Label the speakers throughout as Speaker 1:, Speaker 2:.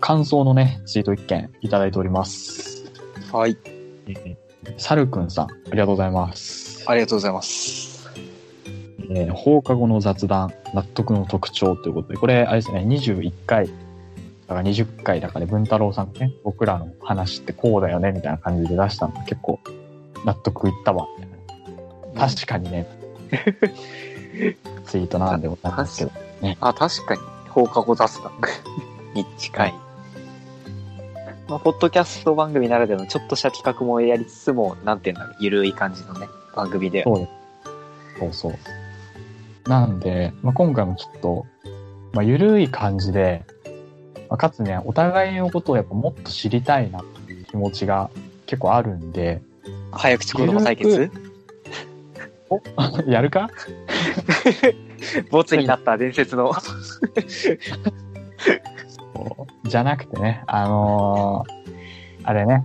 Speaker 1: 感想のね、ツイート一件いただいております。
Speaker 2: はい。
Speaker 1: サルくんさん、ありがとうございます。
Speaker 2: ありがとうございます。
Speaker 1: えー放課後の雑談、納得の特徴ということで、これ、あれですね、21回、だから20回だからね、文太郎さんがね、僕らの話ってこうだよね、みたいな感じで出したの結構、納得いったわ、みたいな確かにね、ツイートなんでございますけど、
Speaker 2: あ、確かに。放課後雑談 に近い。まあ、ポッドキャスト番組ならではのちょっとした企画もやりつつも、なんていうんだろう、ゆるい感じのね、番組で。
Speaker 1: そうです。そうそう。なんで、まあ、今回もちょっと、まあ、ゆるい感じで、まあ、かつね、お互いのことをやっぱもっと知りたいなっていう気持ちが結構あるんで、
Speaker 2: 早口言葉対決
Speaker 1: やるか
Speaker 2: ボツになった伝説の。
Speaker 1: じゃなくてね、あのーあれね、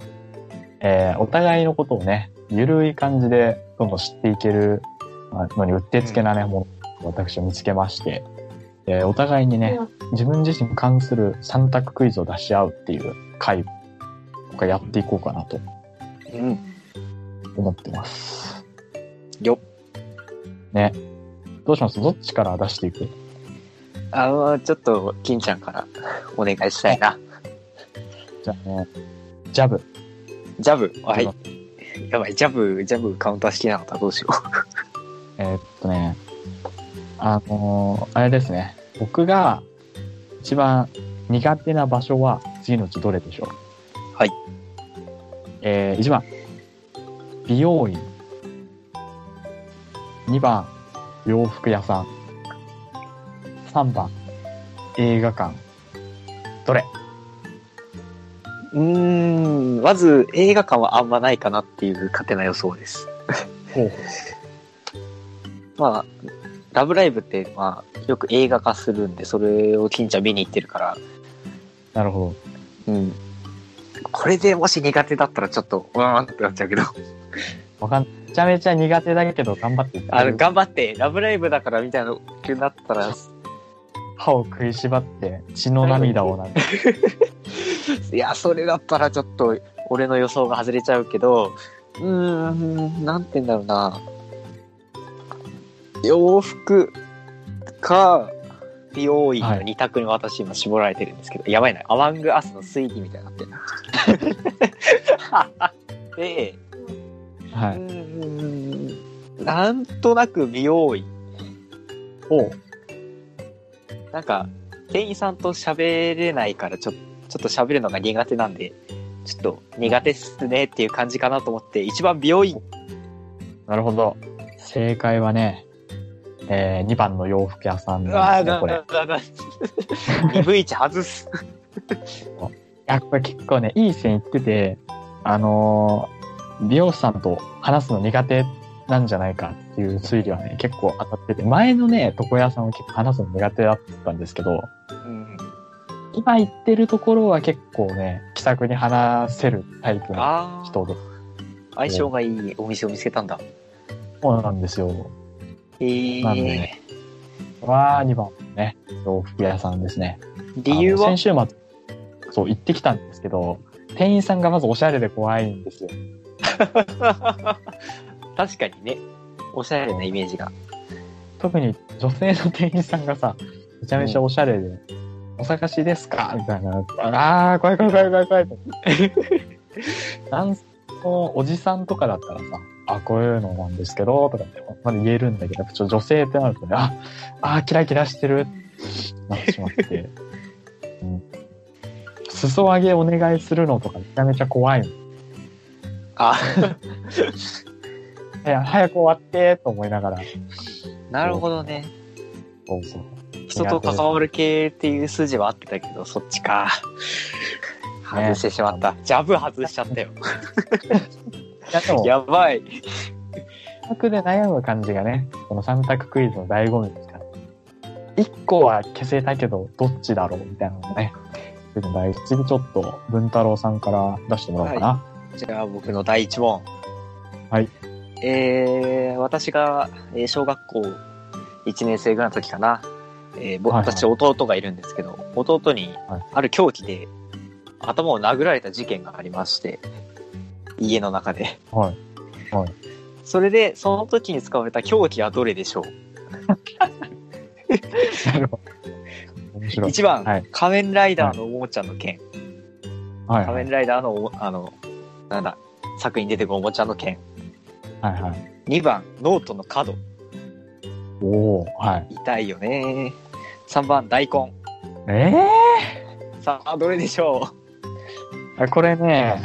Speaker 1: えーお互いのことをね、ゆるい感じでどんどん知っていけるまあのにうってつけなね、ものを私は見つけまして、えーお互いにね、自分自身に関する3択クイズを出し合うっていう回、今回やっていこうかなと
Speaker 2: うん。
Speaker 1: 思ってます。
Speaker 2: よっ。
Speaker 1: ね。どうしますどっちから出していく
Speaker 2: あの、ちょっと、金ちゃんからお願いしたいな。
Speaker 1: じゃあね、ジャブ。
Speaker 2: ジャブ。はい。やばい、ジャブ、ジャブカウンター式なのかどうしよ
Speaker 1: えーっとね、あのーあれですね。僕が一番苦手な場所は次のうちどれでしょう
Speaker 2: はい。
Speaker 1: えー、1番、美容院。2番、洋服屋さん。3番、映画館。どれ
Speaker 2: う。うーん、まず映画館はあんまないかなっていう勝手な予想です。まあ、ラブライブって、まあ、よく映画化するんで、それを金ちゃん見に行ってるから、
Speaker 1: なるほ
Speaker 2: うん。これでもし苦手だったらちょっと、うわーんってなっちゃうけど。
Speaker 1: ど。わかんめちゃめちゃ苦手だけど頑張っていった
Speaker 2: あの、頑張って、ラブライブだからみたいな、ってなったら、
Speaker 1: 歯を食いしばって血の涙を なんか
Speaker 2: いや、それだったらちょっと、俺の予想が外れちゃうけど、うーん、なんて言うんだろうな。洋服か、美容院の二択に私今絞られてるんですけど、やばいな、アワングアスの推理みたいになってるな。で、
Speaker 1: は
Speaker 2: う
Speaker 1: い。
Speaker 2: ーん、なんとなく美容院。
Speaker 1: を
Speaker 2: なんか、店員さんと喋れないから、ちょ、ちょっと喋るのが苦手なんで、ちょっと苦手っすねっていう感じかなと思って、一番美容院。
Speaker 1: なるほど。正解はね、えー、2番の洋服屋さん
Speaker 2: う
Speaker 1: な
Speaker 2: わ
Speaker 1: んですね、これ。い
Speaker 2: だだだ。EV1 外す。
Speaker 1: や、これ結構ね、いい線いってて、あのー美容師さんと話すの苦手なんじゃないかっていう推理はね、結構当たってて、前のね、床屋さんは結構話すの苦手だったんですけど、
Speaker 2: うん。
Speaker 1: 今言ってるところは結構ね、気さくに話せるタイプの
Speaker 2: ああ、
Speaker 1: 人で、
Speaker 2: 相性がいいお店を見つけたんだ。
Speaker 1: そうなんですよ。
Speaker 2: え
Speaker 1: なんで
Speaker 2: ー
Speaker 1: ね、は2番ね、洋服屋さんですね。
Speaker 2: 理由
Speaker 1: あ
Speaker 2: は
Speaker 1: の先週末、そう、行ってきたんですけど、店員さんがまずおしゃれで怖いんですよ。
Speaker 2: 確かにね、おしゃれなイメージが。
Speaker 1: 特に女性の店員さんがさ、めちゃめちゃおしゃれで、お探しですかみたいな。あー、怖い怖い怖い怖い怖い。 男性のおじさんとかだったらさ、あ、こういうのなんですけど、とかってまだ言えるんだけど、やっぱちょっと女性ってなるとね、あ、あーキラキラしてる、なってしまって。うん裾上げお願いするのとかめちゃめちゃ怖いの
Speaker 2: あ、
Speaker 1: いや、早く終わって、と思いながら。
Speaker 2: なるほどね。
Speaker 1: そうそう。
Speaker 2: 人と関わる系っていう数字は合ってたけど、そっちか。
Speaker 1: ね
Speaker 2: 外してしまった。ジャブ外しちゃったよ。
Speaker 1: いや、でも、
Speaker 2: やばい。
Speaker 1: 三択で悩む感じがね、この三択クイズの醍醐味ですから。一個は消せたけど、どっちだろうみたいなのもね。でも第一次ちょっと、文太郎さんから出してもらおうかな。
Speaker 2: じゃあ僕の第一問。
Speaker 1: はい。
Speaker 2: えー、私が、えー小学校1年生ぐらいの時かな。えー、ぼ
Speaker 1: はいはい
Speaker 2: 私弟がいるんですけど、弟に
Speaker 1: はい
Speaker 2: ある狂気で頭を殴られた事件がありまして、家の中で。
Speaker 1: はい。
Speaker 2: それで、その時に使われた凶器はどれでしょう
Speaker 1: なる ほど。面白い。
Speaker 2: ?1 番、
Speaker 1: はい
Speaker 2: 仮面ライダーのおもちゃの剣。
Speaker 1: はい
Speaker 2: 仮
Speaker 1: はい
Speaker 2: 面ライダーのお、あの、なんだ、作品に出てくるおもちゃの剣。
Speaker 1: はいはい。
Speaker 2: 2番、ノートの角。
Speaker 1: おおはい。
Speaker 2: 痛いよね。3番、大根。
Speaker 1: ええ
Speaker 2: さあ、どれでしょ
Speaker 1: あこれね、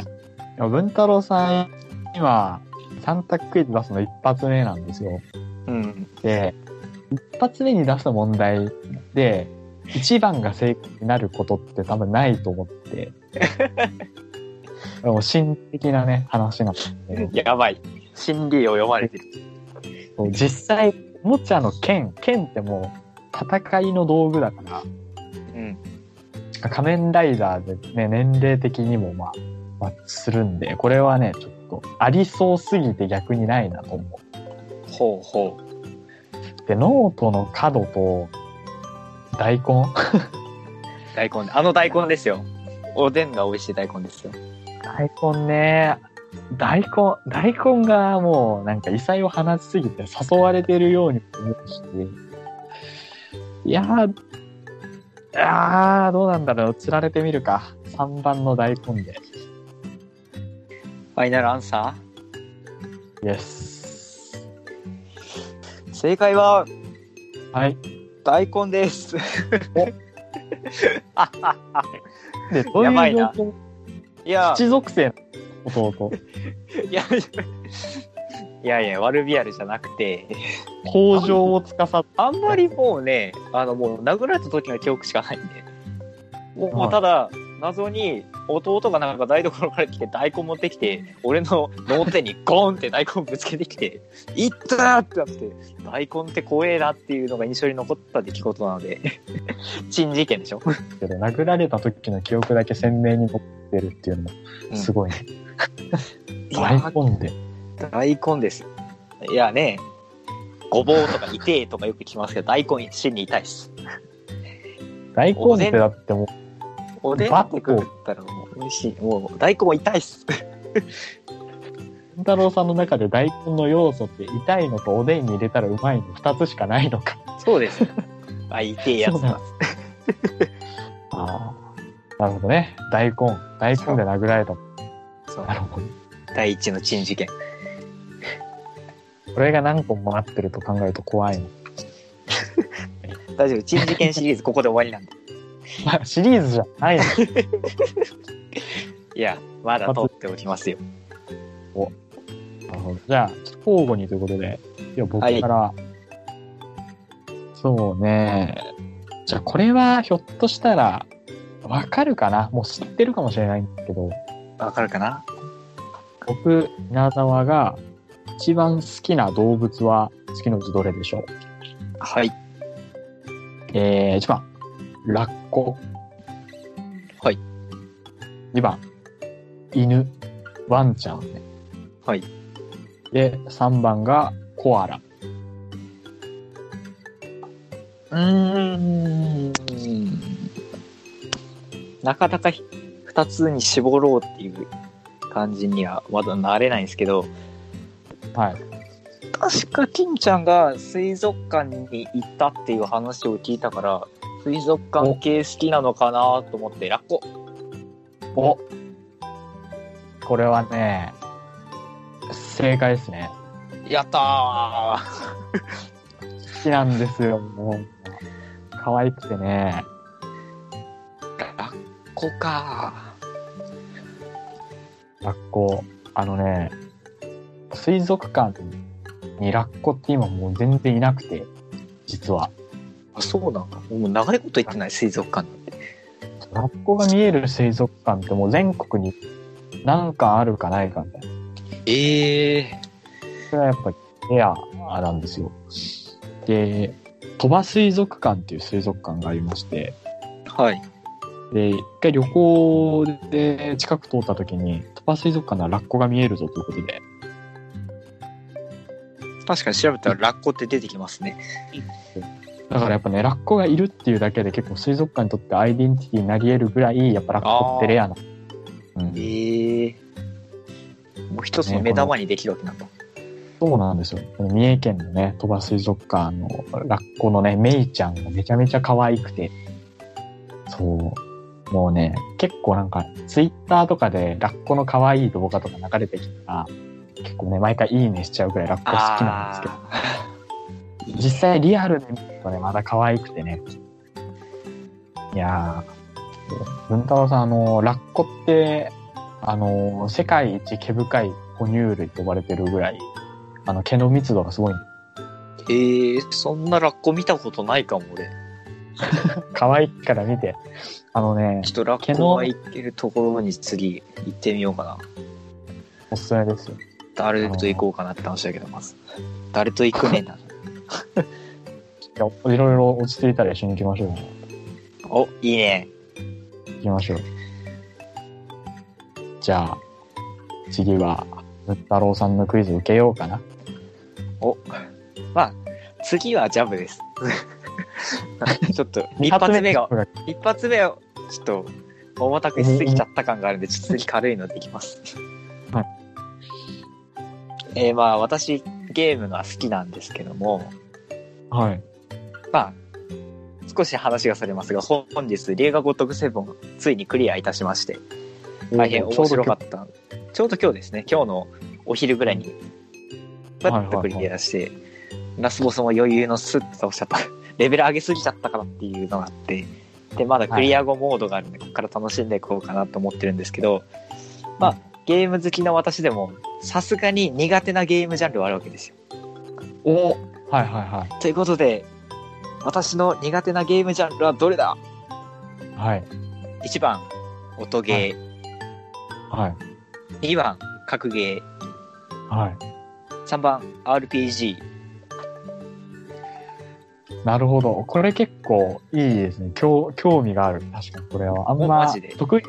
Speaker 1: 文太郎さん、今、三択クイズ出すの一発目なんですよ。
Speaker 2: ううん。
Speaker 1: で、一発目に出す問題で、一番が正解になることって多分ないと思って、もう心理的なね、話なんで、
Speaker 2: やばい。心理を読まれてる。
Speaker 1: こう実際、おもちゃの剣、剣ってもう戦いの道具だから、
Speaker 2: うん。
Speaker 1: 仮面ライダーでね、年齢的にもまあ、まあ、するんで、これはね、ちょっとありそうすぎて逆にないなと思
Speaker 2: ほうほう。
Speaker 1: う。で、ノートの角と、大根
Speaker 2: 大根。あの大根ですよ。おでんが美味しい大根ですよ。
Speaker 1: 大根ね、大根、大根がもうなんか異彩を放ちすぎて誘われてるようにも思うし、いやー、あー、どうなんだろう。釣られてみるか。3番の大根で。
Speaker 2: ファイナルアンサ
Speaker 1: イエス。
Speaker 2: ー正解は、
Speaker 1: はい。
Speaker 2: 大根です。
Speaker 1: で、どう
Speaker 2: やば
Speaker 1: いう
Speaker 2: い
Speaker 1: 状
Speaker 2: な
Speaker 1: 況
Speaker 2: いや、
Speaker 1: 七属性の弟。
Speaker 2: いや、いやいや、ワルビアルじゃなくて、
Speaker 1: 工場を司さ
Speaker 2: あんまりもうね、あの、もう殴られた時の記憶しかないんで。もう、ま
Speaker 1: は
Speaker 2: あ、
Speaker 1: い
Speaker 2: ただ、謎に弟がなんか台所から来て大根持ってきて、俺の脳手にゴーンって大根ぶつけてきて、いったーってなって、大根って怖えなっていうのが印象に残った出来事なので、珍事件で しょ。
Speaker 1: れてる。殴られた時の記憶だけ鮮明に残ってるっていうのもすごいね。
Speaker 2: いや
Speaker 1: 大
Speaker 2: ー
Speaker 1: 根で。
Speaker 2: 大根です。いやね、ごぼうとか痛えとかよく聞きますけど、大根死に痛いっす。
Speaker 1: 大根ってだっても
Speaker 2: おでんってくったらもう美味しい。もう大根は痛いっす。
Speaker 1: う、金太郎さんの中で大根の要素って痛いのとおでんに入れたらうまいの二つしかないのか。
Speaker 2: そうです。 あ、痛えやつだ。
Speaker 1: ああ。なるほどね。大根。大根で殴られた。
Speaker 2: そう
Speaker 1: なるほど。
Speaker 2: 第一の珍事件。
Speaker 1: これが何個もなってると考えると怖いの。
Speaker 2: 大丈夫。珍事件シリーズここで終わりなん で。
Speaker 1: まあ、シリーズじゃないの。
Speaker 2: いや、まだ通っておきますよ。
Speaker 1: なるほどじゃあ、ちょっと交互にということで、では僕から、そうね。じゃあ、これはひょっとしたら、わかるかなもう知ってるかもしれないんだけど、
Speaker 2: わかるかな
Speaker 1: 僕、稲沢が一番好きな動物は次のうちどれでしょう
Speaker 2: はい。
Speaker 1: えー、1番、ラッコ。
Speaker 2: はい。
Speaker 1: 2番、犬。ワンちゃんね。
Speaker 2: はい。
Speaker 1: で、3番がコアラ。
Speaker 2: うーん。なかなかひ二つに絞ろうっていう感じにはまだなれないんですけど、
Speaker 1: はい。
Speaker 2: 確か金ちゃんが水族館に行ったっていう話を聞いたから、水族館系好きなのかなと思って、ラッコ。
Speaker 1: おこれはね、正解ですね。
Speaker 2: やったー
Speaker 1: 好きなんですよ、もう。可愛くてね。
Speaker 2: ラッコか
Speaker 1: 学校、あのね、水族館にラッコって今もう全然いなくて、実は。
Speaker 2: あ、そうなのもう長いこと行ってない、水族館なんて。
Speaker 1: ラッコが見える水族館ってもう全国に何かあるかないかみたいな。
Speaker 2: ええ
Speaker 1: それはやっぱりレアなんですよ。で、鳥羽水族館っていう水族館がありまして、
Speaker 2: はい。
Speaker 1: で、一回旅行で近く通った時に、鳥羽水族館ならラッコが見えるぞということで、
Speaker 2: 確かに調べたらラッコって出てきますね。
Speaker 1: だからやっぱね、ラッコがいるっていうだけで結構水族館にとってアイデンティティになり得るぐらい、やっぱラッコってレアなうん
Speaker 2: ええもう一つの目玉にできるわけなんだ。
Speaker 1: そうなんですよ。この三重県のね、鳥羽水族館のラッコのね、メイちゃんがめちゃめちゃ可愛くて。そう。もうね、結構なんか、ツイッターとかでラッコの可愛い動画とか流れてきたら、結構ね、毎回いいねしちゃうぐらいラッコ好きなんですけど、実際リアルで見るとね、まだ可愛くてね。いやー、文太郎さん、あの、ラッコって、あの、世界一毛深い哺乳類と呼ばれてるぐらい、あの、毛の密度がすごい。
Speaker 2: ええそんなラッコ見たことないかも、俺。
Speaker 1: 可愛いから見て。あのね、
Speaker 2: ちょっとラッコが行けるところに次行ってみようかな。
Speaker 1: おすすめですよ。
Speaker 2: 誰と行こうかなって話だけど、まず。誰と行くねんな。
Speaker 1: いやいろいろ落ち着いたら一緒に行きましょうよ。
Speaker 2: お、いいね。
Speaker 1: 行きましょう。じゃあ、次は、文太郎さんのクイズ受けようかな。
Speaker 2: まあ、次はジャブ です。ちょっと、一発目が、一発目を、ちょっと、重たくしすぎちゃった感があるんで、ちょっと次軽いのでいきます。。
Speaker 1: はい
Speaker 2: えーまあ、私、ゲームが好きなんですけども、
Speaker 1: はい。
Speaker 2: まあ、少し話がそれますが、本日、龍が如くセブン、ついにクリアいたしまして、大変面白か
Speaker 1: っ
Speaker 2: った。ちょうど今日ですね、今日のお昼ぐらいに、パッとクリアして、ラスボスも余裕のスッと倒しちゃった。 レベル上げすぎちゃったからっていうのがあって、で、まだクリア後モードがあるんで、ここから楽しんでいこうかなと思ってるんですけど、まあ、ゲーム好きの私でも、さすがに苦手なゲームジャンルはあるわけですよ。
Speaker 1: た。おはいは
Speaker 2: ということで、私の苦手なゲームジャンルはどれだ
Speaker 1: いはい。はい。
Speaker 2: ?1 番、音ゲー。
Speaker 1: はい。
Speaker 2: 2番、格ゲー。
Speaker 1: はい。
Speaker 2: 3番、RPG。
Speaker 1: なるほど。これ結構いいですね。興興味がある。確かにこれは。あんま
Speaker 2: マジで
Speaker 1: 得意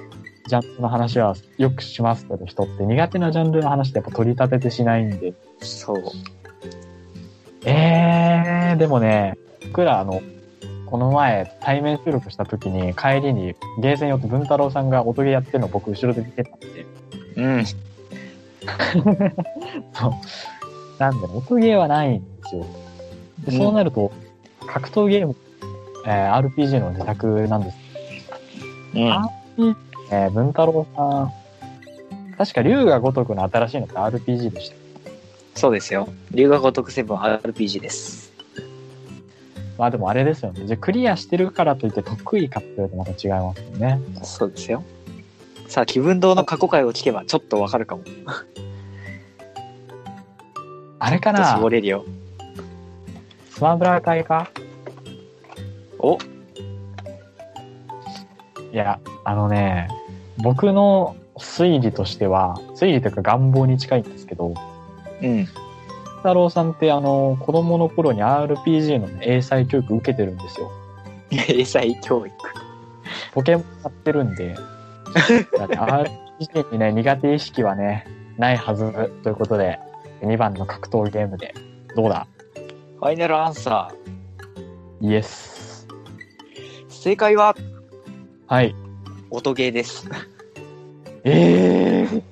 Speaker 1: ジャンルの話はよくしますけど、人って苦手なジャンルの話ってやっぱ取り立ててしないんで。
Speaker 2: そう。
Speaker 1: えー、でもね、僕らあの、この前対面収録した時に帰りにゲーセン寄って文太郎さんが音ゲーやってるの僕後ろで見てたんで。
Speaker 2: うん。
Speaker 1: そう。なんで、音ゲーはないんですよ。でそうなると、格闘ゲーム、えー RPG の自宅なんです
Speaker 2: うん。
Speaker 1: えー、文太郎さん、確か龍が如くの新しいのって RPG でしたよ。
Speaker 2: そうですよ。留学如くセブン RPG です。
Speaker 1: まあでもあれですよね。じゃあクリアしてるからといって得意かっていうとまた違いますよね。
Speaker 2: そうですよ。さあ、気分堂の過去回を聞けばちょっとわかるかも。
Speaker 1: あれか
Speaker 2: と
Speaker 1: な
Speaker 2: 絞れるよ。
Speaker 1: スマブラ会か
Speaker 2: お
Speaker 1: いや、あのね、僕の推理としては、推理というか願望に近いんですけど、文
Speaker 2: うん。
Speaker 1: 太郎さんってあの、子供の頃に RPG のね英才教育受けてるんですよ。
Speaker 2: 英才教育。
Speaker 1: ポケモン買ってるんで、 だって RPG にね、苦手意識はね、ないはずということで、2番の格闘ゲームで、どうだ
Speaker 2: ファイナルアンサー。
Speaker 1: イエス。
Speaker 2: 正解は、
Speaker 1: はい。
Speaker 2: 音ゲーです。
Speaker 1: ええ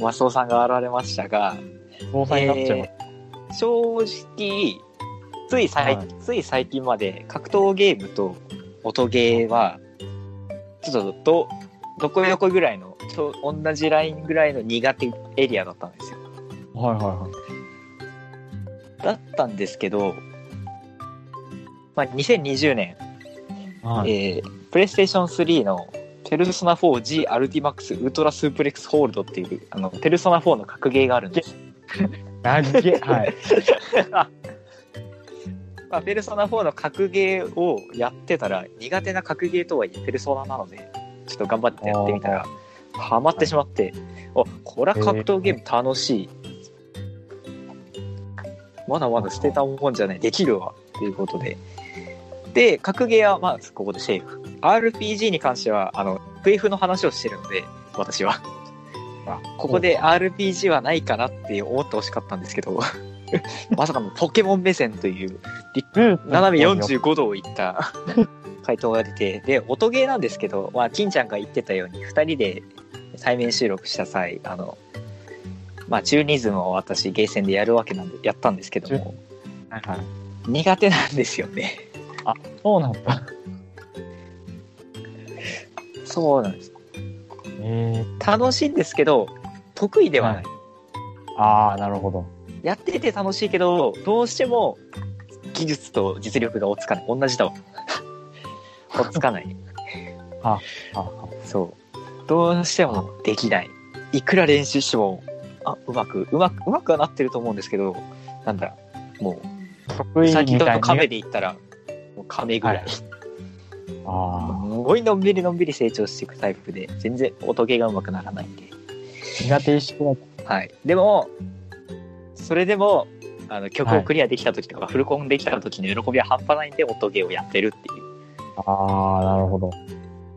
Speaker 2: マスオさんが現れましたが、
Speaker 1: ー、防災になっちゃいます。
Speaker 2: えー正直つい最、
Speaker 1: はい
Speaker 2: つい最近まで格闘ゲームと音ゲーはちょっとどどこ横ぐらいのちょ同じラインぐらいの苦手エリアだったんですよ
Speaker 1: はいはいはい。
Speaker 2: だったんですけど、まあ、2020年、
Speaker 1: はい、
Speaker 2: えープレイステーション3のペルソナ 4G アルティマックスウルトラスープレックスホールドっていうあのペルソナ4の格ゲーがあるんです
Speaker 1: なげ はい。
Speaker 2: まあ、ペルソナ4の格ゲーをやってたら、苦手な格ゲーとはいえ、ペルソナなので、ちょっと頑張ってやってみたら、ハマってしまって、あ、これは格闘ゲーム楽しい。まだまだ捨てたもんじゃない、できるわ、ということで。で、格ゲーは、まあ、ここでセーフ。RPG に関しては、あの、FF の話をしてるので、私は。ここで RPG はないかなって思ってほしかったんですけど、 まさかのポケモン目線という、
Speaker 1: うん、
Speaker 2: 斜め45度をいった 回答が出て、で、音ゲーなんですけど、まあ、金ちゃんが言ってたように、二人で対面収録した際、あの、まあ、チューニズムを私、ゲーセンでやるわけなんで、やったんですけども、
Speaker 1: はいはい。
Speaker 2: 苦手なんですよね。
Speaker 1: そうなんだ。
Speaker 2: そうなんです。
Speaker 1: え
Speaker 2: 楽しいんですけど、得意で
Speaker 1: え
Speaker 2: はない。
Speaker 1: ああ、なるほど。
Speaker 2: やってて楽しいけど、どうしても、技術と実力が追っつかない。同じだわ。 追っつかない。
Speaker 1: ああ
Speaker 2: そう。どうしてもできない。いくら練習しても、あ、うまく、うまく、うまくはなってると思うんですけど、なんだ、も
Speaker 1: 得
Speaker 2: う、
Speaker 1: 意
Speaker 2: さっき
Speaker 1: み
Speaker 2: と
Speaker 1: たい
Speaker 2: カ
Speaker 1: に
Speaker 2: メ。で言ったら、もうカメぐらい。
Speaker 1: はい
Speaker 2: す
Speaker 1: ああ、
Speaker 2: ごいのんびりのんびり成長していくタイプで、全然音ゲーがうまくならないんで。
Speaker 1: 苦手意識が
Speaker 2: はい。でも、それでも、あの、曲をクリアできた時とか、フルコンできた時の喜びは半端ないんで、音ゲーをやってるっていう。
Speaker 1: ああ、なるほど。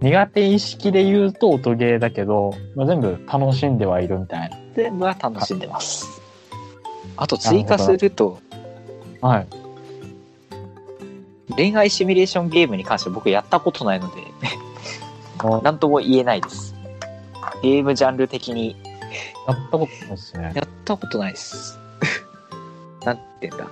Speaker 1: 苦手意識で言うと音ゲーだけど、まあ、全部楽しんではいるみたい
Speaker 2: 全部は楽しんでます。あと追加すると、
Speaker 1: な。はい。
Speaker 2: 恋愛シミュレーションゲームに関しては僕やったことないので、
Speaker 1: おや
Speaker 2: なんとも言えないです。ゲームジャンル的に
Speaker 1: ったことないですね。
Speaker 2: やったことないです。 なんて言うんだ。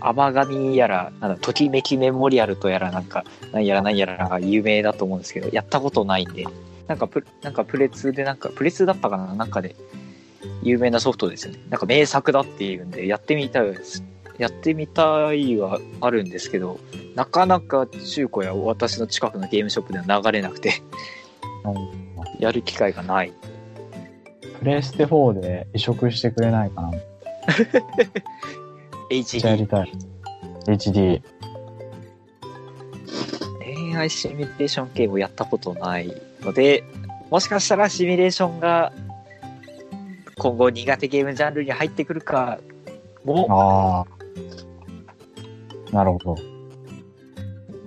Speaker 2: 甘神やら、なんだ、ときめきメモリアルとやら、なんか、なんやらなんやらが有名だと思うんですけど、やったことないんで、なんかプ、なんかプレツで、なんか、プレツだったかななんかで、有名なソフトですよね。なんか名作だっていうんで、やってみたいです。やってみたいはあるんですけど、なかなか中古や私の近くのゲームショップでは流れなくて、
Speaker 1: うん
Speaker 2: やる機会がない。
Speaker 1: プレイステ4で移植してくれないかな。めっちゃや
Speaker 2: HD
Speaker 1: りたい。HD。
Speaker 2: 恋愛シミュレーションゲームをやったことないのでもしかしたらシミュレーションが今後苦手ゲームジャンルに入ってくるかも
Speaker 1: ああ。なるほど。
Speaker 2: こ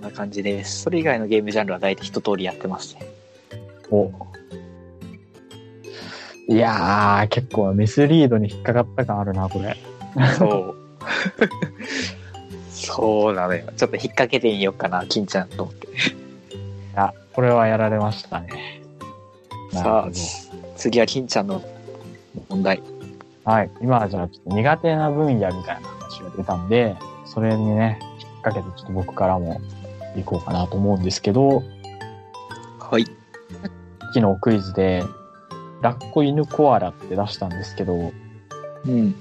Speaker 2: んな感じですそれ以外のゲームジャンルは大体一通りやってますね
Speaker 1: お。いやー、結構ミスリードに引っかかった感あるな、これ。
Speaker 2: そう そうなのよちょっと引っ掛けてみようかな金ちゃんと思って
Speaker 1: あ、これはやられましたね。な
Speaker 2: さ
Speaker 1: るほ
Speaker 2: あ
Speaker 1: ど
Speaker 2: 次は金ちゃんの問題
Speaker 1: はい。今はじゃあちょっと苦手な分野みたいな話が出たんで、それにね、引っ掛けてちょっと僕からも行こうかなと思うんですけど、
Speaker 2: はい
Speaker 1: 昨日クイズで、ラッコ犬コアラって出したんですけど、
Speaker 2: うん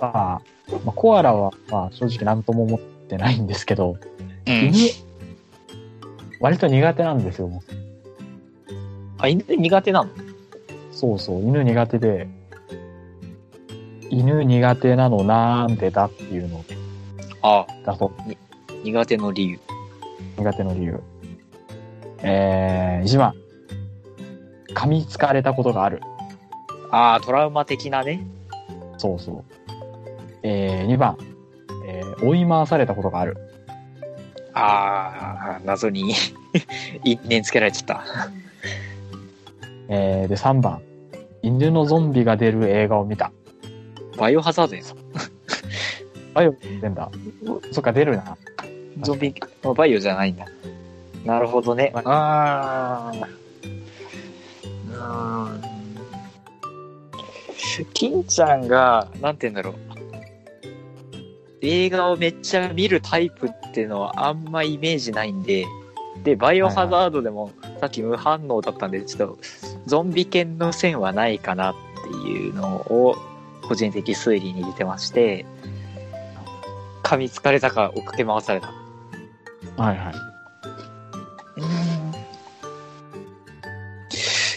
Speaker 1: まあ、まあコアラは、まあ、正直何とも思ってないんですけど、犬、割と苦手なんですよ。
Speaker 2: あ犬って苦手なの
Speaker 1: そうそう、犬苦手で、犬苦手なのなんでだっていうの
Speaker 2: あ
Speaker 1: だと
Speaker 2: 苦手の理由
Speaker 1: 苦手の理由。えー、1番。噛みつかれたことがある。
Speaker 2: ああトラウマ的なね
Speaker 1: そうそう。えー、2番。えー、追い回されたことがある。
Speaker 2: ああ、謎に 因縁つけられちゃった。
Speaker 1: えー、で、3番。犬のゾンビが出る映画を見た。
Speaker 2: バイオハザードや
Speaker 1: バイオ出んだ。そっか、出るな。
Speaker 2: ゾンビ、バイオじゃないんだ。なるほどね。
Speaker 1: はい
Speaker 2: ああ。うーん。金ちゃんが、なんて言うんだろう。映画をめっちゃ見るタイプっていうのはあんまイメージないんで、で、バイオハザードでもさっき無反応だったんで、ちょっとゾンビ犬の線はないかなっていうのを個人的推理に入れてまして、噛みつかれたか追っかけ回された。
Speaker 1: はいはい。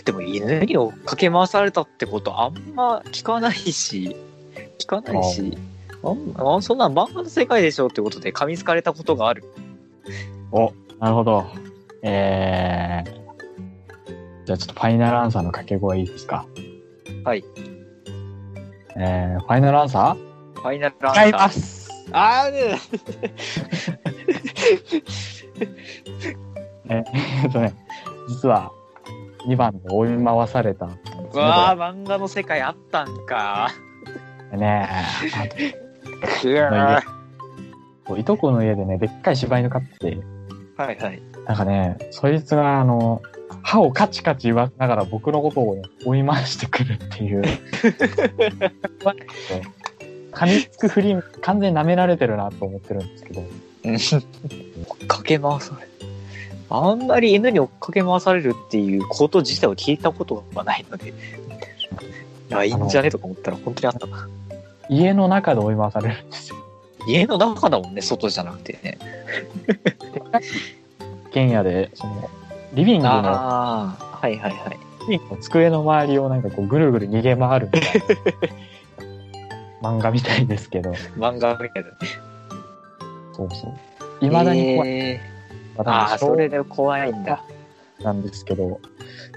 Speaker 2: でも犬に追っかけ回されたってことあんま聞かないし聞かないしあんあそんなん漫画の世界でしょってことで噛みつかれたことがある
Speaker 1: お、なるほど。えー、じゃあちょっとファイナルアンサーの掛け声いいですか。
Speaker 2: はい
Speaker 1: えー、ファイナルアンサー
Speaker 2: ファイナルアンサー
Speaker 1: す。
Speaker 2: あーね
Speaker 1: えっとね、実は2番で追い回されたんですね
Speaker 2: うわあ漫画の世界あったんか
Speaker 1: これねあ
Speaker 2: うわー
Speaker 1: といとこの家でね、でっかい柴犬飼ってて、
Speaker 2: はいはい。
Speaker 1: なんかね、そいつが、あの、歯をカチカチ言わせながら僕のことをね、追い回してくるって いう。噛みつくふり、完全に舐められてるなと思ってるんですけど。
Speaker 2: 追っかけ回される。あんまり犬に追っかけ回されるっていうこと自体を聞いたことがないので、あ、いいんじゃねとか思ったら本当にあったな。
Speaker 1: 家の中で追い回されるんですよ。
Speaker 2: 家の中だもんね、外じゃなくてね。
Speaker 1: でかい一軒家で、その、リビングの
Speaker 2: ああ、はいはいはい。
Speaker 1: 机の周りをなんかこうぐるぐる逃げ回るみたい な漫画みたいですけど。
Speaker 2: 漫画みたいな。
Speaker 1: そうそう。未だに怖い。
Speaker 2: えーああ、
Speaker 1: 私
Speaker 2: それで怖いんだ。
Speaker 1: なんですけど、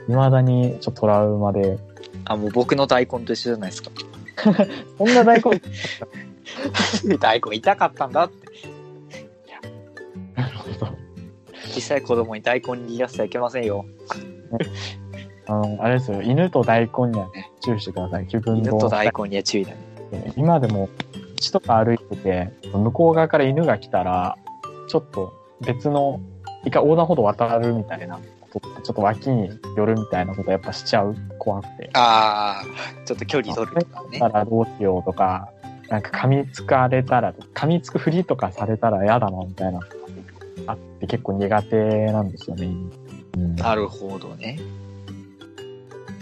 Speaker 1: 未だにちょっとトラウマで、
Speaker 2: あ、もう僕の大根と一緒じゃないですか。
Speaker 1: こんな大根、
Speaker 2: 大根痛かったんだって。
Speaker 1: なるほど。
Speaker 2: 小さい子供に大根にやせてはいけませんよ。
Speaker 1: あの、あれですよ、犬と大根にはね、注意してください。気分
Speaker 2: 犬
Speaker 1: の
Speaker 2: と大根には注意だね。
Speaker 1: 今でも、道とか歩いてて、向こう側から犬が来たら、ちょっと別の、一回横断歩道渡るみたいなことって、ちょっと脇に寄るみたいなことやっぱしちゃう、怖くて。
Speaker 2: ああ、ちょっと距離取るとかね
Speaker 1: だ。からどうしようとか、なんか噛みつかれたら、噛みつくふりとかされたら嫌だな、みたいな、あって結構苦手なんですよね。うん、
Speaker 2: なるほどね。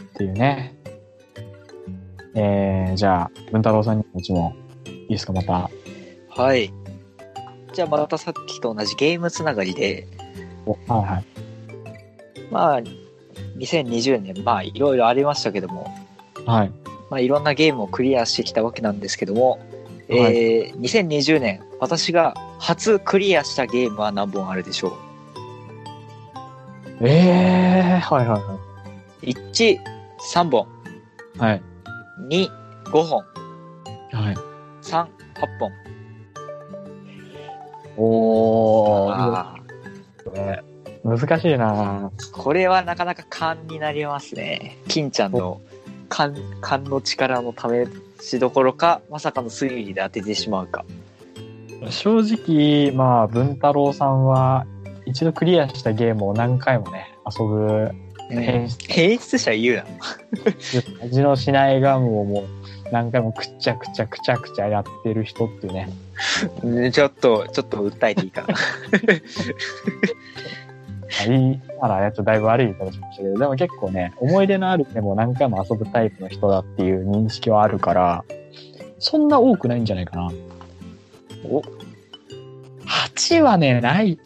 Speaker 1: っていうね。えー、じゃあ、文太郎さんにも一問、いいですか、また。
Speaker 2: はい。じゃあまたさっきと同じゲームつながりで、
Speaker 1: おはいはい。
Speaker 2: まあ、2020年、まあいろいろありましたけども、
Speaker 1: はい。
Speaker 2: まあいろんなゲームをクリアしてきたわけなんですけども、
Speaker 1: は
Speaker 2: えー2020年、私が初クリアしたゲームは何本あるでしょう
Speaker 1: えー、はいはいは
Speaker 2: ?1、3本、
Speaker 1: い。はい。
Speaker 2: 2、5本、
Speaker 1: はい。
Speaker 2: 3、8本。
Speaker 1: おー、
Speaker 2: あー
Speaker 1: 難しいな
Speaker 2: これはなかなか勘になりますね。金ちゃんの勘、勘の力の試しどころか、まさかの推理で当ててしまうか。
Speaker 1: 正直、まあ、文太郎さんは、一度クリアしたゲームを何回もね、遊ぶ、
Speaker 2: ね
Speaker 1: 変質
Speaker 2: 変質者言うな。
Speaker 1: 味のしないガムをもう、何回もくっちゃくちゃくちゃくちゃやってる人っていうね。
Speaker 2: ねちょっと、ちょっと訴えていいかな。
Speaker 1: まあいい、まだやつだいぶ悪い言い方しましたけど、でも結構ね、思い出のあるでも何回も遊ぶタイプの人だっていう認識はあるから、そんな多くないんじゃないかな。
Speaker 2: お、
Speaker 1: 8はね、ない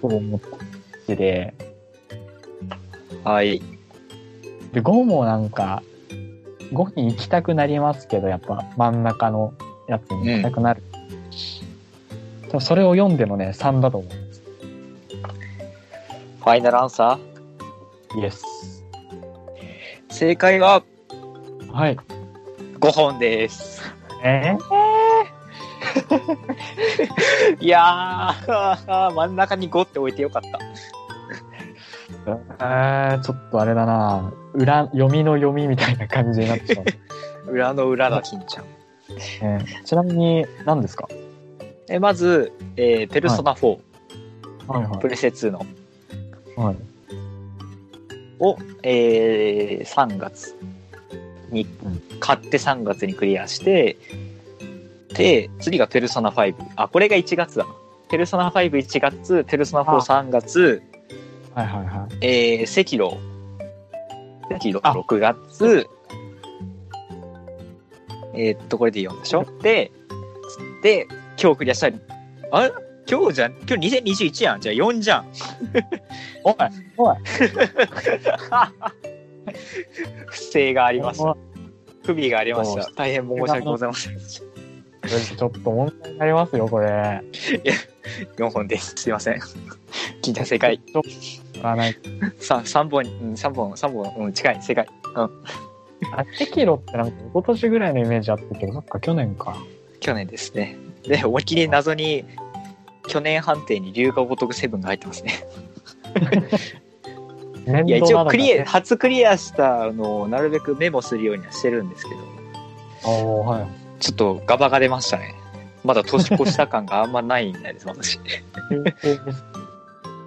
Speaker 1: と思ってて、
Speaker 2: はい。
Speaker 1: で、5もなんか、5に行きたくなりますけど、やっぱ真ん中のやつに行きたくなる。でもそれを読んでのね、3だと思
Speaker 2: ファイナルアンサ
Speaker 1: う。イエス。
Speaker 2: ー正解は
Speaker 1: はい。
Speaker 2: 5本です。
Speaker 1: え
Speaker 2: いやー、 真ん中に5って置いてよかった。
Speaker 1: ー、えー、ちょっとあれだな裏、読みの読みみたいな感じになってし まう。
Speaker 2: 裏の裏だ、金ちゃん。
Speaker 1: えーちなみに、何ですか
Speaker 2: え、まず、えーペルソナ4、
Speaker 1: はいは
Speaker 2: プレセ2の、
Speaker 1: い。はい。
Speaker 2: を、えー3月に
Speaker 1: うん
Speaker 2: 買って3月にクリアして、で、次がペルソナ5。あ、これが1月だ。ペルソナ51月、ペルソナ43月、
Speaker 1: はいはいは
Speaker 2: えー、赤道。赤道6月。えーっと、これで4でしょで、で、今日クリアしたい。あれ今日じゃん今日2021やんじゃあ4じゃん
Speaker 1: い。おい
Speaker 2: 不正がありました。
Speaker 1: こ
Speaker 2: 不備がありまし
Speaker 1: どう
Speaker 2: た。大変申し訳ございません。
Speaker 1: れちょっと問題になりますよ、これ。
Speaker 2: 4本です。すい ません。金ちゃん正解。
Speaker 1: ちょっとあない。
Speaker 2: 3、三本、うん、3本、三本、うん、近い、正解。
Speaker 1: あ、テキロってなんか一昨年ぐらいのイメージあったけど、そっか、去年か。
Speaker 2: 去年ですね。で、思いっきり謎に、去年判定に龍が如くセブンが入ってますね。
Speaker 1: 年
Speaker 2: いや、
Speaker 1: 度
Speaker 2: 一
Speaker 1: なの
Speaker 2: 応
Speaker 1: か
Speaker 2: クリア、初クリアしたのをなるべくメモするようにはしてるんですけど、
Speaker 1: おーはい。
Speaker 2: ちょっとガバが 出ましたね。まだ年越した感があんまないみたいです、私。
Speaker 1: 休憩です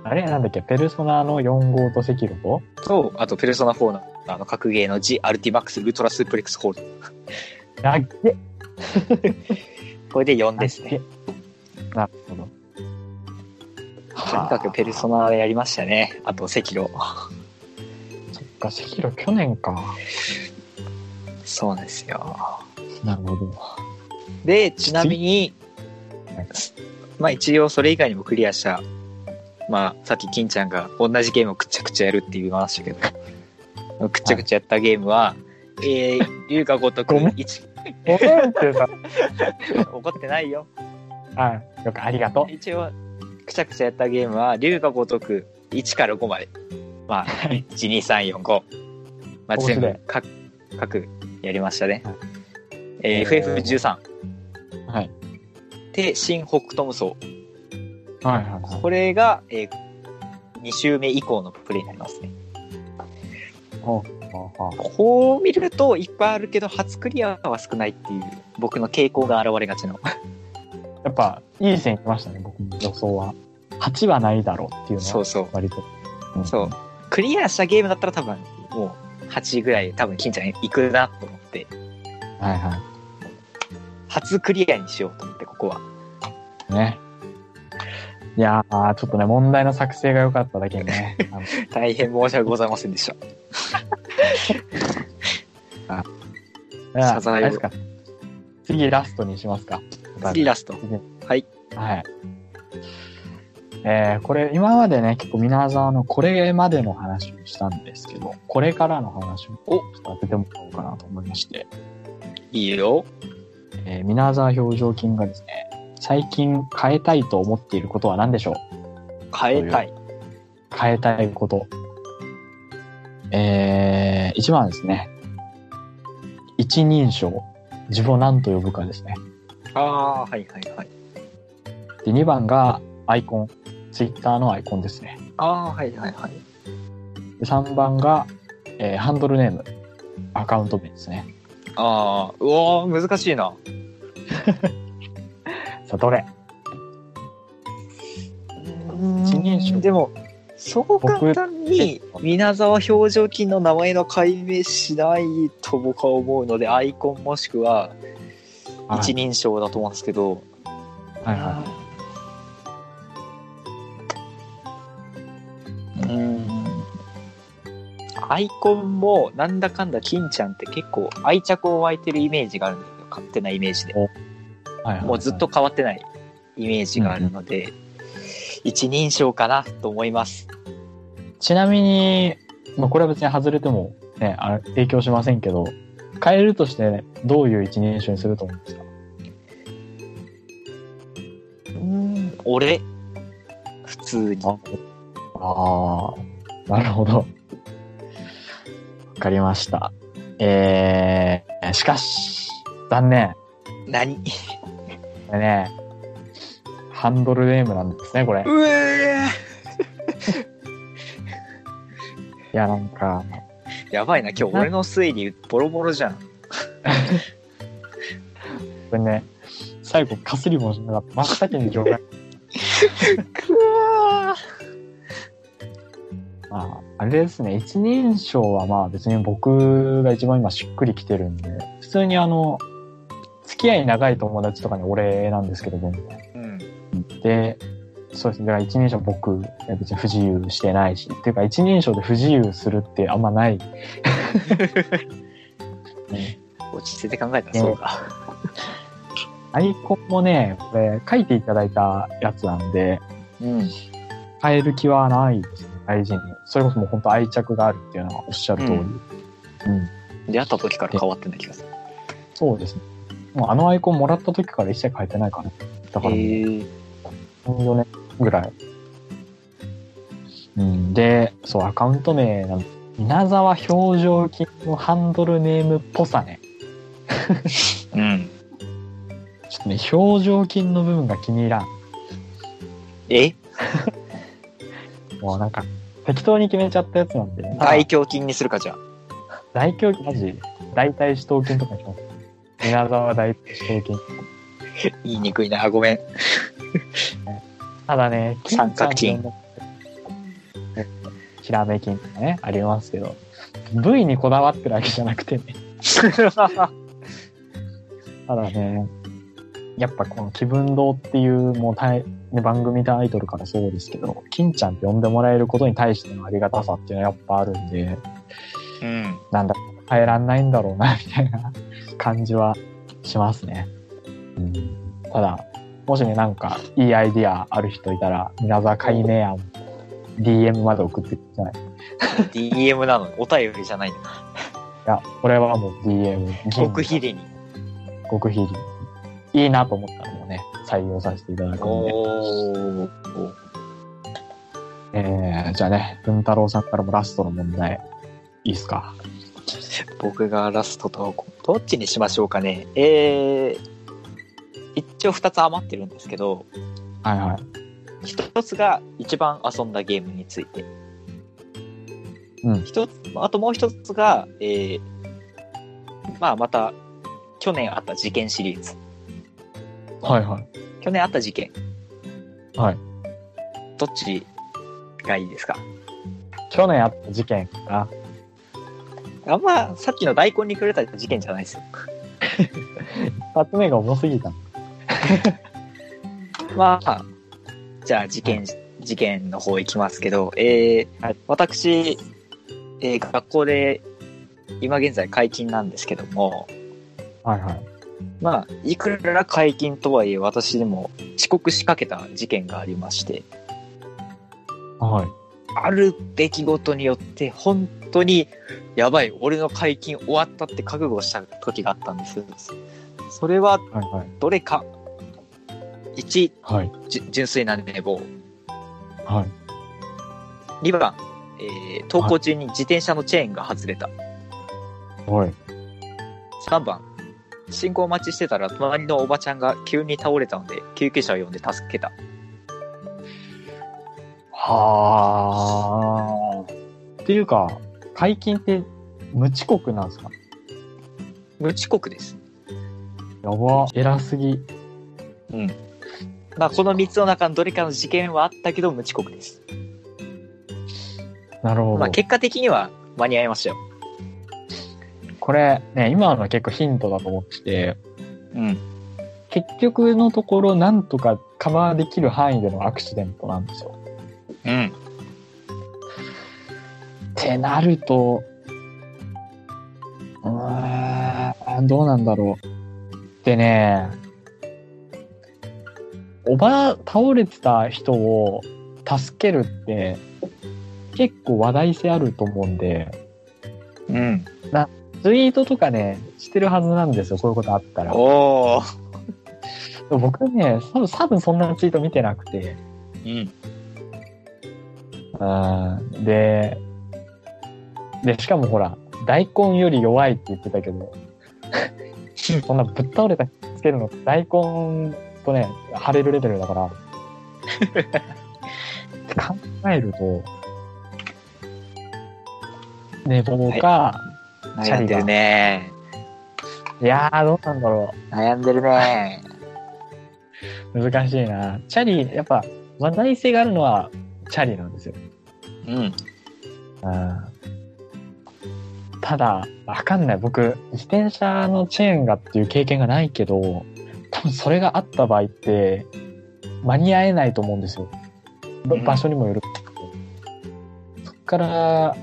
Speaker 1: あれなんだっけペルソナの4号と赤炉
Speaker 2: と、あと、ペルソナ4の、あの、格ゲーの G アルティマックスウルトラスープレックスホール。
Speaker 1: だっけ
Speaker 2: これで4ですね。。
Speaker 1: なるほど。
Speaker 2: とにかくペルソナやりましたね。あと、赤炉。
Speaker 1: そっか、赤炉去年か。
Speaker 2: そうなんですよ。
Speaker 1: なるほ ど。
Speaker 2: で、ちなみに
Speaker 1: なん、
Speaker 2: まあ一応それ以外にもクリアした、まあさっき金ちゃんが同じゲームをくっちゃくちゃやるっていう話だけど、くっちゃくちゃやったゲームは、えー、龍が如く
Speaker 1: ごめん
Speaker 2: 一、
Speaker 1: ごめんってさ。
Speaker 2: 怒ってないよ。
Speaker 1: はい。よくありがとう。
Speaker 2: 一応、くちゃくちゃやったゲームは、龍が如く1から5まで。まあ、
Speaker 1: はい。
Speaker 2: 1、2、3、4、5。まあ
Speaker 1: 面白い
Speaker 2: 全部、各、各、やりましたね
Speaker 1: はい。
Speaker 2: えー、
Speaker 1: えー
Speaker 2: FF13
Speaker 1: はい。
Speaker 2: で、新北斗無双。
Speaker 1: はいはい
Speaker 2: これが、え2週目以降のプレイになりますね。
Speaker 1: はい。
Speaker 2: こう見るといっぱいあるけど、初クリアは少ないっていう、僕の傾向が現れがちの。
Speaker 1: やっぱ、いい線いきましたね、僕の予想は。8はないだろうっていうの
Speaker 2: そう
Speaker 1: は、
Speaker 2: そう。
Speaker 1: 割と。ん
Speaker 2: そう。クリアしたゲームだったら多分、もう8ぐらい、多分金ちゃん行くなと思って、
Speaker 1: はいは
Speaker 2: 初クリアにしようと思って、ここは。
Speaker 1: い。ね。いやー、ちょっとね、問題の作成が良かっただけに ね。あの
Speaker 2: 大変申し訳ございませんでした。謝罪を
Speaker 1: あれですか次ラストにしますか
Speaker 2: 次ラスト。はい。
Speaker 1: はい。えー、これ、今までね、結構皆さんのこれまでの話をしたんですけど、これからの話をちょっと当ててもらおうかなと思いまして、
Speaker 2: いいよ。
Speaker 1: えー、皆沢表情筋がですね、最近変えたいと思っていることは何でしょう
Speaker 2: 変えたい。
Speaker 1: 変えたいこと。えー、一番はですね、一人称、自分を何と呼ぶかですね。
Speaker 2: ああ、はいはいはい。
Speaker 1: で、2番がアイコン、ツイッターのアイコンですね。
Speaker 2: ああ、はいはいはい。
Speaker 1: で3番が、えーハンドルネーム、アカウント名ですね。
Speaker 2: ああ、うわー難しいな。
Speaker 1: さあ、どれ一人称
Speaker 2: でもそう簡単に皆沢表情筋の名前の解明しないと僕は思うのでアイコンもしくは一
Speaker 1: 人
Speaker 2: 人称だと思うんですけど、
Speaker 1: はいは
Speaker 2: うんアイコンもなんだかんだ金ちゃんって結構愛着を湧いてるイメージがあるんですよ勝手なイメージで
Speaker 1: い。はいはい
Speaker 2: もうずっと。変わってないイメージがあるので、一人称かなと思います
Speaker 1: ちなみに、まあ、これは別に外れても、ね、あれ影響しませんけど、変えるとして、ね、どういう一人称にすると思うんですか
Speaker 2: うん俺普通に
Speaker 1: ああー、なるほど。わかりました。えー、しかし、残念。
Speaker 2: 何
Speaker 1: これね、ハンドルネームなんですね、これ。
Speaker 2: うえ
Speaker 1: いや、なんか、
Speaker 2: やばいな今日俺の推理ボロボロじゃん
Speaker 1: これね、最後、かすりもしなかった。真っ先に上が
Speaker 2: くわ
Speaker 1: まあ、あれですね、一人称はまあ別に僕が一番今しっくりきてるんで、普通にあの、付き合い長い友達とかにお礼なんですけど、全然。
Speaker 2: うん
Speaker 1: で、そうですね、だから一人称僕、いや別に不自由してないし、っていうか一人称で不自由するってあんまない。
Speaker 2: 落ち着いて考えたらそうか
Speaker 1: アイコンもね、これ書いていただいたやつなんで、
Speaker 2: うん
Speaker 1: 変える気はないですね、大事に。それこそもう本当愛着があるっていうのはおっしゃる通り。
Speaker 2: う
Speaker 1: うん
Speaker 2: 出会った時から変わってない気がする
Speaker 1: そうですね。もうあのアイコンもらった時から一切変えてないかな。だから、ね、
Speaker 2: え
Speaker 1: 4年ぐらい。うん、で、そう、アカウント名なん稲沢表情筋のハンドルネームっぽさね。
Speaker 2: うん
Speaker 1: ちょっとね、表情筋の部分が気に入らん。
Speaker 2: え
Speaker 1: もうなんか、適当に決めちゃったやつなんで。
Speaker 2: 大胸筋にするかじゃあ
Speaker 1: 大胸筋、マジ大体四頭筋とかにします。稲沢大体四頭筋。
Speaker 2: 言いにくいなごめん
Speaker 1: ただね、
Speaker 2: 三角筋
Speaker 1: 金ちゃんのひらめきみたいなね、ありますけど、部位にこだわってるわけじゃなくて ね。ただね、やっぱこの気分堂っていうもうたい、ね、番組タイトルからそうですけど、金ちゃんって呼んでもらえることに対してのありがたさっていうのはやっぱあるんで、
Speaker 2: うん。
Speaker 1: なんだ、変えらんないんだろうな、 みたいな感じはしますね。うん、ただ、もしね、なんか、いいアイディアある人いたら、皆沢かいねやん、DM まで送ってください。い
Speaker 2: DM なのにお便りじゃないの。
Speaker 1: や、これはもう DM、
Speaker 2: 極秘でに。
Speaker 1: 極秘裏いいなと思ったのをね、採用させていただくんで。
Speaker 2: おー。
Speaker 1: えー、じゃあね、文太郎さんからもラストの問題、いいっすか。
Speaker 2: 僕がラスト投稿。どっちにしましょうかね。えー、一応二つ余ってるんですけど、
Speaker 1: はいはい。
Speaker 2: 一つが一番遊んだゲームについて。
Speaker 1: うん
Speaker 2: 一つ、あともう一つが、えー、まあまた、去年あった事件シリーズ。
Speaker 1: はいはい。
Speaker 2: 去年あった事件。
Speaker 1: はい。
Speaker 2: どっちがいいですか
Speaker 1: 去年あった事件か
Speaker 2: あんま、さっきの大根にくれた事件じゃないですよ。
Speaker 1: な。二つ目が重すぎた。
Speaker 2: まあ、じゃあ事件、事件の方行きますけど、えー
Speaker 1: はい
Speaker 2: 私、えー学校で今現在解禁なんですけども、
Speaker 1: はいはい。
Speaker 2: まあ、いくら解禁とはいえ私でも遅刻しかけた事件がありまして、
Speaker 1: はい。
Speaker 2: ある出来事によって本当にやばい、俺の解禁終わったって覚悟した時があったんです。それは
Speaker 1: はいはい。
Speaker 2: どれか、1、
Speaker 1: はい。
Speaker 2: じゅ純粋な寝坊。
Speaker 1: はい。
Speaker 2: 2番、えー、登校中に自転車のチェーンが外れた。
Speaker 1: はい。
Speaker 2: 3番、信号待ちしてたら隣のおばちゃんが急に倒れたので救急車を呼んで助けた。
Speaker 1: はあ。っていうか、解禁って無遅刻なんですか
Speaker 2: 無遅刻です。
Speaker 1: やば。偉すぎ。
Speaker 2: うん。まあ、この3つの中のどれかの事件はあったけど無遅刻です。
Speaker 1: なるほど。
Speaker 2: まあ、結果的には間に合いましたよ。
Speaker 1: これ、ね、今のは結構ヒントだと思ってて、
Speaker 2: うん。
Speaker 1: 結局のところ、なんとかカバーできる範囲でのアクシデントなんですよ。
Speaker 2: うん。
Speaker 1: ってなると、うーん、どうなんだろう。でね、おば、倒れてた人を助けるって、結構話題性あると思うんで、
Speaker 2: うん。
Speaker 1: ツイートとかね、してるはずなんですよ、こういうことあったら。で
Speaker 2: おー。
Speaker 1: も僕ね、多分多分そんなツイート見てなくて、
Speaker 2: うん。
Speaker 1: うんで、で、しかもほら、大根より弱いって言ってたけど、そんなぶっ倒れた人つけるの、大根とね、腫れるレベルだから。って考えると、寝坊か、
Speaker 2: 悩んでるね
Speaker 1: い、やー、どうなんだろ
Speaker 2: 悩んでるね
Speaker 1: う。難しいな。チャリ、やっぱ、話題性があるのは、チャリなんですよ。
Speaker 2: うん。
Speaker 1: うんただ、わかんない。僕、自転車のチェーンがっていう経験がないけど、多分それがあった場合って、間に合えないと思うんですよ。ば
Speaker 2: うん
Speaker 1: 場所にもよる。そっから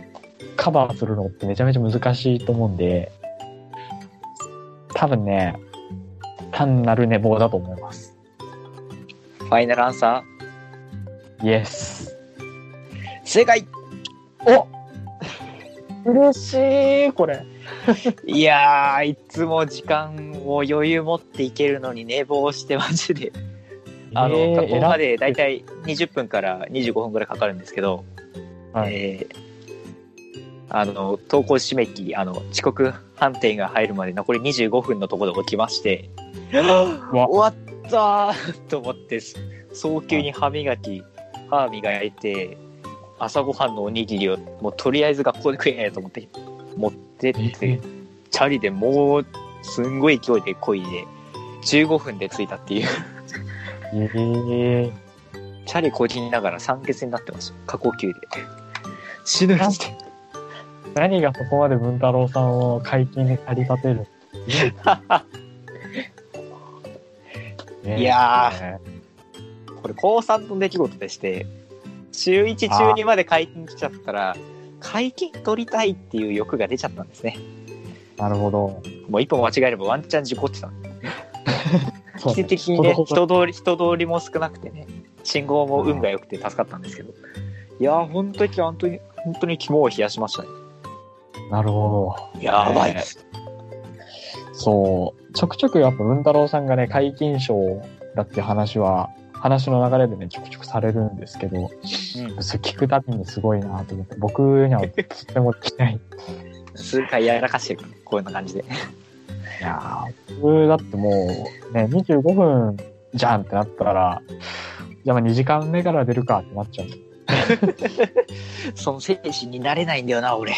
Speaker 1: カバーするのってめちゃめちゃ難しいと思うんで、多分ね、単なる寝坊だと思います。
Speaker 2: ファイナルアンサ
Speaker 1: イエス。
Speaker 2: ー正解
Speaker 1: お嬉しい、これ。
Speaker 2: いやー、いつも時間を余裕持っていけるのに寝坊してマジで。あの、
Speaker 1: えー
Speaker 2: 学校までだいたい20分から25分ぐらいかかるんですけど、
Speaker 1: はい
Speaker 2: えーあの、投稿締め切り、あの、遅刻判定が入るまで残り25分のところで起きまして、
Speaker 1: わ
Speaker 2: 終わったーと思って、早急に歯磨き、歯磨いて、朝ごはんのおにぎりを、もうとりあえず学校で食えと思って、持ってって、チャリでもう、すんごい勢いで漕いで、15分で着いたっていう、
Speaker 1: えー
Speaker 2: チャリこぎながら酸欠になってました。過呼吸で。死ぬって。
Speaker 1: 何がそこまで文太郎さんを解禁に駆り立てるねえ
Speaker 2: いやこれ、高3の出来事でして、中1、中2まで解禁来ちゃったら、解禁取りたいっていう欲が出ちゃったんですね。
Speaker 1: なるほど。
Speaker 2: もう一歩間違えればワンチャン事故ってた。
Speaker 1: そう
Speaker 2: 奇
Speaker 1: ね
Speaker 2: 跡的にね、
Speaker 1: ほどほど
Speaker 2: 人通り、人通りも少なくてね、信号も運が良くて助かったんですけど。いやー、本当に、本当に、本当に肝を冷やしましたね。
Speaker 1: なるほ
Speaker 2: やばい。
Speaker 1: ねど。そう。ちょくちょくやっぱ文太郎さんがね、解禁賞だっていう話は、話の流れでね、ちょくちょくされるんですけど、
Speaker 2: うん
Speaker 1: それ聞くたびにすごいなと思って、僕にはとてもできない。
Speaker 2: 数回やらかしてる、こういうような感じで。
Speaker 1: いやー僕だってもう、ね、25分じゃんってなったら、じゃあまあ2時間目から出るかってなっちゃう。
Speaker 2: その精神になれないんだよな、俺。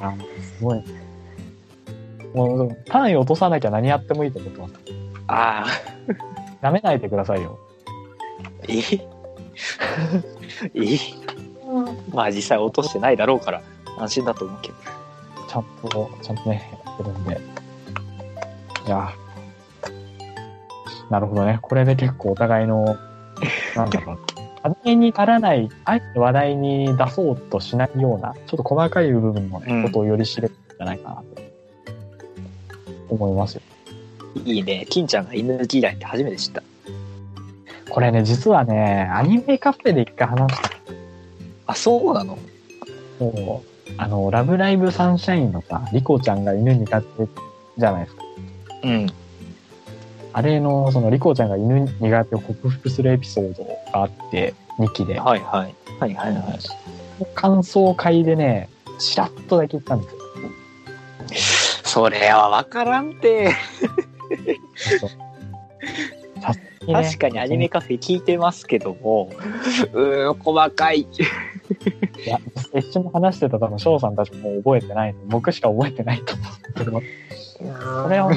Speaker 1: あすごい。もう、単位落とさなきゃ何やってもいいと思ってます。
Speaker 2: ああ、
Speaker 1: 舐めないでくださいよ。
Speaker 2: いい いいまあ実際落としてないだろうから安心だと思うけど。
Speaker 1: ちゃんと、ちゃんとね、やってるんで。いやーなるほどね。これで結構お互いの、 なんだろう。話題に足らない、あえて話題に出そうとしないような、ちょっと細かい部分のね、
Speaker 2: うん
Speaker 1: ことをより知れるんじゃないかなと思いますよ。
Speaker 2: いいね。金ちゃんが犬嫌いって初めて知った。
Speaker 1: これね、実はね、アニメカフェで一回話した
Speaker 2: あ、そうなの
Speaker 1: もう、あの、ラブライブサンシャインのさ、リコちゃんが犬苦手じゃないですか。
Speaker 2: うん。
Speaker 1: あれの、その、リコちゃんが犬苦手を克服するエピソードがあって、2期で。
Speaker 2: はいはい。はいはいはい。
Speaker 1: 感想会でね、ちらっとだけ言ったんですよ。
Speaker 2: それはわからんて。
Speaker 1: さすがにね
Speaker 2: 確かにアニメカフェ聞いてますけども、 うーん、細かい。
Speaker 1: いや一緒に話してた多分、翔さんたちももう覚えてないの僕しか覚えてないと思うんだけど、
Speaker 2: こ
Speaker 1: これをね、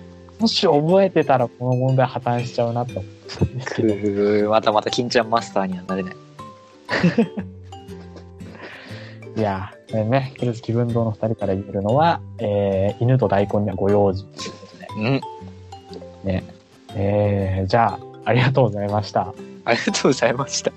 Speaker 1: もし覚えてたらこの問題破綻しちゃうなと思ったんですけど。
Speaker 2: またまた金ちゃんマスターにはなれない。
Speaker 1: いやー、これね、とりあえず気分堂の二人から言えるのは、えー、犬と大根にはご用心ということで。
Speaker 2: うん。
Speaker 1: えー、じゃあ、ありがとうございました。
Speaker 2: ありがとうございました。